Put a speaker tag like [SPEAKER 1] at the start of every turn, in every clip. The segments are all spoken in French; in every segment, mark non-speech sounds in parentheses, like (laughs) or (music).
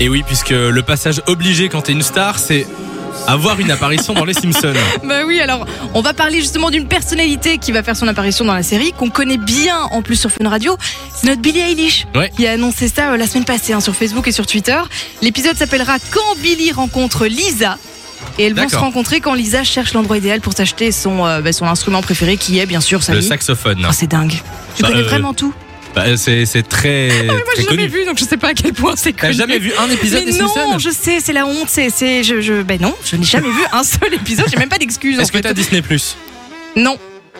[SPEAKER 1] Et oui, puisque le passage obligé quand t'es une star, c'est avoir une apparition dans Les
[SPEAKER 2] (laughs)
[SPEAKER 1] Simpsons.
[SPEAKER 2] Bah oui, alors on va parler justement d'une personnalité qui va faire son apparition dans la série, qu'on connaît bien en plus sur Fun Radio. C'est notre Billie Eilish
[SPEAKER 1] Ouais.
[SPEAKER 2] qui a annoncé ça euh, la semaine passée hein, sur Facebook et sur Twitter. L'épisode s'appellera Quand Billie rencontre Lisa. Et elles vont se
[SPEAKER 1] D'accord.
[SPEAKER 2] rencontrer quand Lisa cherche l'endroit idéal pour s'acheter son, euh, bah, son instrument préféré qui est bien sûr sa
[SPEAKER 1] Le
[SPEAKER 2] vie.
[SPEAKER 1] saxophone.
[SPEAKER 2] Oh, c'est dingue. Tu
[SPEAKER 1] Bah,
[SPEAKER 2] connais
[SPEAKER 1] euh,
[SPEAKER 2] vraiment tout.
[SPEAKER 1] Bah, c'est c'est très,
[SPEAKER 2] Ah, Moi,
[SPEAKER 1] très
[SPEAKER 2] j'ai jamais
[SPEAKER 1] connu.
[SPEAKER 2] vu, donc je sais pas à quel point c'est
[SPEAKER 1] T'as
[SPEAKER 2] connu.
[SPEAKER 1] jamais vu un épisode
[SPEAKER 2] Mais
[SPEAKER 1] des
[SPEAKER 2] non,
[SPEAKER 1] Simpsons
[SPEAKER 2] je sais, c'est la honte. C'est, c'est, je, je, ben non, je n'ai jamais vu un seul épisode. J'ai même pas d'excuse.
[SPEAKER 1] Est-ce
[SPEAKER 2] en
[SPEAKER 1] que
[SPEAKER 2] fait.
[SPEAKER 1] t'as Disney Plus
[SPEAKER 2] Non.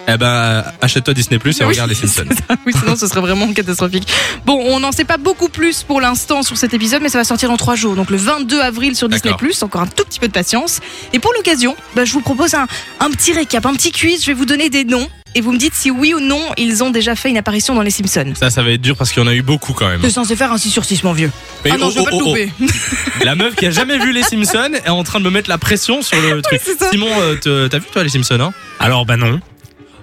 [SPEAKER 1] Eh ben, achète-toi Disney Plus et
[SPEAKER 2] Oui, (laughs)
[SPEAKER 1] regarde Les Simpsons.
[SPEAKER 2] c'est ça. Oui, sinon ce serait vraiment catastrophique. Bon, on n'en sait pas beaucoup plus pour l'instant sur cet épisode, mais ça va sortir dans trois jours, donc le 22 avril sur Disney+.
[SPEAKER 1] D'accord.
[SPEAKER 2] Encore un tout petit peu de patience. Et pour l'occasion, bah, je vous propose un, un petit récap, un petit quiz. Je vais vous donner des noms et vous me dites si oui ou non ils ont déjà fait une apparition dans Les Simpsons.
[SPEAKER 1] Ça, ça va être dur parce qu'il y en a eu beaucoup quand même.
[SPEAKER 2] T'es censé faire un 6 sur 6, mon vieux.
[SPEAKER 1] Mais
[SPEAKER 2] ah non,
[SPEAKER 1] oh,
[SPEAKER 2] je vais pas
[SPEAKER 1] oh,
[SPEAKER 2] te
[SPEAKER 1] oh,
[SPEAKER 2] louper.
[SPEAKER 1] oh. La meuf qui a jamais vu Les Simpsons est en train de me mettre la pression sur le truc.
[SPEAKER 2] c'est ça.
[SPEAKER 1] Simon, euh, te- t'as vu toi Les Simpsons hein
[SPEAKER 3] Alors bah non.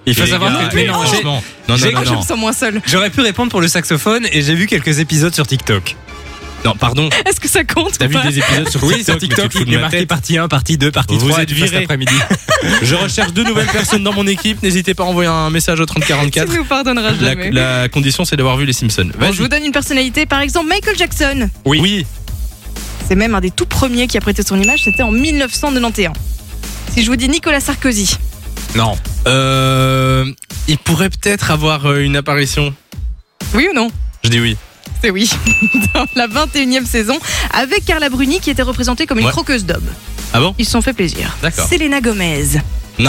[SPEAKER 1] Il
[SPEAKER 3] faut savoir que-
[SPEAKER 1] mais
[SPEAKER 3] mais
[SPEAKER 1] non,
[SPEAKER 3] non.
[SPEAKER 1] franchement. Non, non,
[SPEAKER 3] j'ai-
[SPEAKER 1] non,
[SPEAKER 2] Ah, je
[SPEAKER 1] non.
[SPEAKER 2] me sens moins seule.
[SPEAKER 3] J'aurais pu répondre pour le saxophone et j'ai vu quelques épisodes sur TikTok.
[SPEAKER 1] Non, pardon.
[SPEAKER 2] Est-ce que ça compte
[SPEAKER 1] T'as
[SPEAKER 2] ou
[SPEAKER 1] vu
[SPEAKER 2] pas
[SPEAKER 1] des épisodes sur
[SPEAKER 3] Oui,
[SPEAKER 1] TikTok,
[SPEAKER 3] sur
[SPEAKER 1] mais tu
[SPEAKER 3] TikTok,
[SPEAKER 1] te fous de
[SPEAKER 3] il est
[SPEAKER 1] ma
[SPEAKER 3] marqué
[SPEAKER 1] tête.
[SPEAKER 3] partie 1, partie 2, partie
[SPEAKER 1] Vous
[SPEAKER 3] 3.
[SPEAKER 1] êtes virés.
[SPEAKER 3] après-midi.
[SPEAKER 1] Je recherche deux nouvelles personnes dans mon équipe. N'hésitez pas à envoyer un message au
[SPEAKER 2] Tu (laughs)
[SPEAKER 1] 3044.
[SPEAKER 2] ne nous pardonneras
[SPEAKER 1] La,
[SPEAKER 2] jamais.
[SPEAKER 1] la condition, c'est d'avoir vu les Simpsons.
[SPEAKER 2] Bon,
[SPEAKER 1] Vas-y.
[SPEAKER 2] je vous donne une personnalité, par exemple Michael Jackson.
[SPEAKER 1] oui.
[SPEAKER 2] C'est même un des tout premiers qui a prêté son image, c'était en 1991. Si je vous dis Nicolas Sarkozy,
[SPEAKER 3] Non.
[SPEAKER 1] Euh, il pourrait peut-être avoir euh, une apparition.
[SPEAKER 2] oui ou non
[SPEAKER 1] Je dis oui.
[SPEAKER 2] C'est oui, (laughs) dans la 21e saison, avec Carla Bruni qui était représentée comme une
[SPEAKER 1] Ouais.
[SPEAKER 2] croqueuse d'aube.
[SPEAKER 1] Ah bon
[SPEAKER 2] Ils se sont fait plaisir.
[SPEAKER 1] D'accord.
[SPEAKER 2] Selena Gomez.
[SPEAKER 3] (laughs)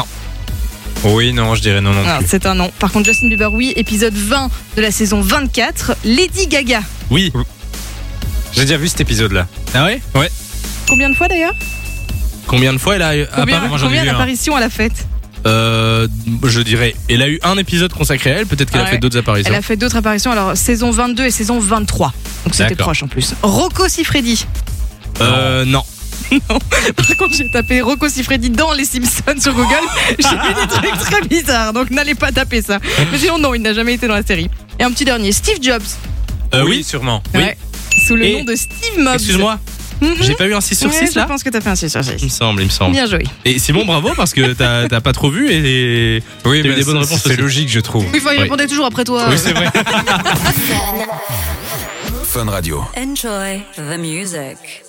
[SPEAKER 3] Oui, non, je dirais non non
[SPEAKER 2] Ah,
[SPEAKER 3] plus.
[SPEAKER 2] c'est un nom. Par contre, Justin Bieber, oui, épisode 20 de la saison 24. Lady Gaga.
[SPEAKER 1] Oui.
[SPEAKER 3] J'ai déjà vu cet épisode-là.
[SPEAKER 1] Ah ouais
[SPEAKER 3] Ouais.
[SPEAKER 2] Combien de fois d'ailleurs
[SPEAKER 1] Ah, Combien de fois elle a eu
[SPEAKER 2] Combien,
[SPEAKER 1] apparu
[SPEAKER 2] combien d'apparitions à la fête
[SPEAKER 1] Euh, Je dirais. Elle a eu un épisode consacré à elle. Peut-être qu'elle
[SPEAKER 2] Ah
[SPEAKER 1] a
[SPEAKER 2] ouais.
[SPEAKER 1] fait d'autres apparitions.
[SPEAKER 2] Elle a fait d'autres apparitions, alors saison 22 et saison 23. Donc c'était
[SPEAKER 1] D'accord.
[SPEAKER 2] proche en plus. Rocco Siffredi.
[SPEAKER 1] Euh, non.
[SPEAKER 2] Par contre, j'ai tapé Rocco Siffredi dans les Simpsons sur (laughs) Google. J'ai vu des trucs très bizarres, donc n'allez pas taper ça. Mais sinon, non, il n'a jamais été dans la série. Et un petit dernier, Steve Jobs.
[SPEAKER 1] Euh, oui.
[SPEAKER 3] sûrement.
[SPEAKER 1] Oui.
[SPEAKER 2] Ouais. Sous le
[SPEAKER 1] Et-
[SPEAKER 2] nom de Steve Mobs.
[SPEAKER 1] Excuse-moi.
[SPEAKER 2] Mhm.
[SPEAKER 1] J'ai pas eu un 6 sur
[SPEAKER 2] Ouais,
[SPEAKER 1] 6
[SPEAKER 2] Je
[SPEAKER 1] là
[SPEAKER 2] pense que t'as fait un 6 sur 6.
[SPEAKER 1] Il me semble, il me semble.
[SPEAKER 2] Bien joué.
[SPEAKER 1] Et Simon, bravo parce que t'as t'as pas trop vu et.
[SPEAKER 3] Oui,
[SPEAKER 1] T'as eu
[SPEAKER 3] mais
[SPEAKER 1] des bonnes
[SPEAKER 3] c'est-
[SPEAKER 1] réponses
[SPEAKER 3] C'est
[SPEAKER 1] aussi.
[SPEAKER 3] logique, je trouve.
[SPEAKER 2] Oui, enfin, il
[SPEAKER 1] Oui.
[SPEAKER 2] répondait toujours après toi.
[SPEAKER 1] c'est vrai.
[SPEAKER 4] Fun.
[SPEAKER 5] Fun Radio.
[SPEAKER 4] Enjoy the music.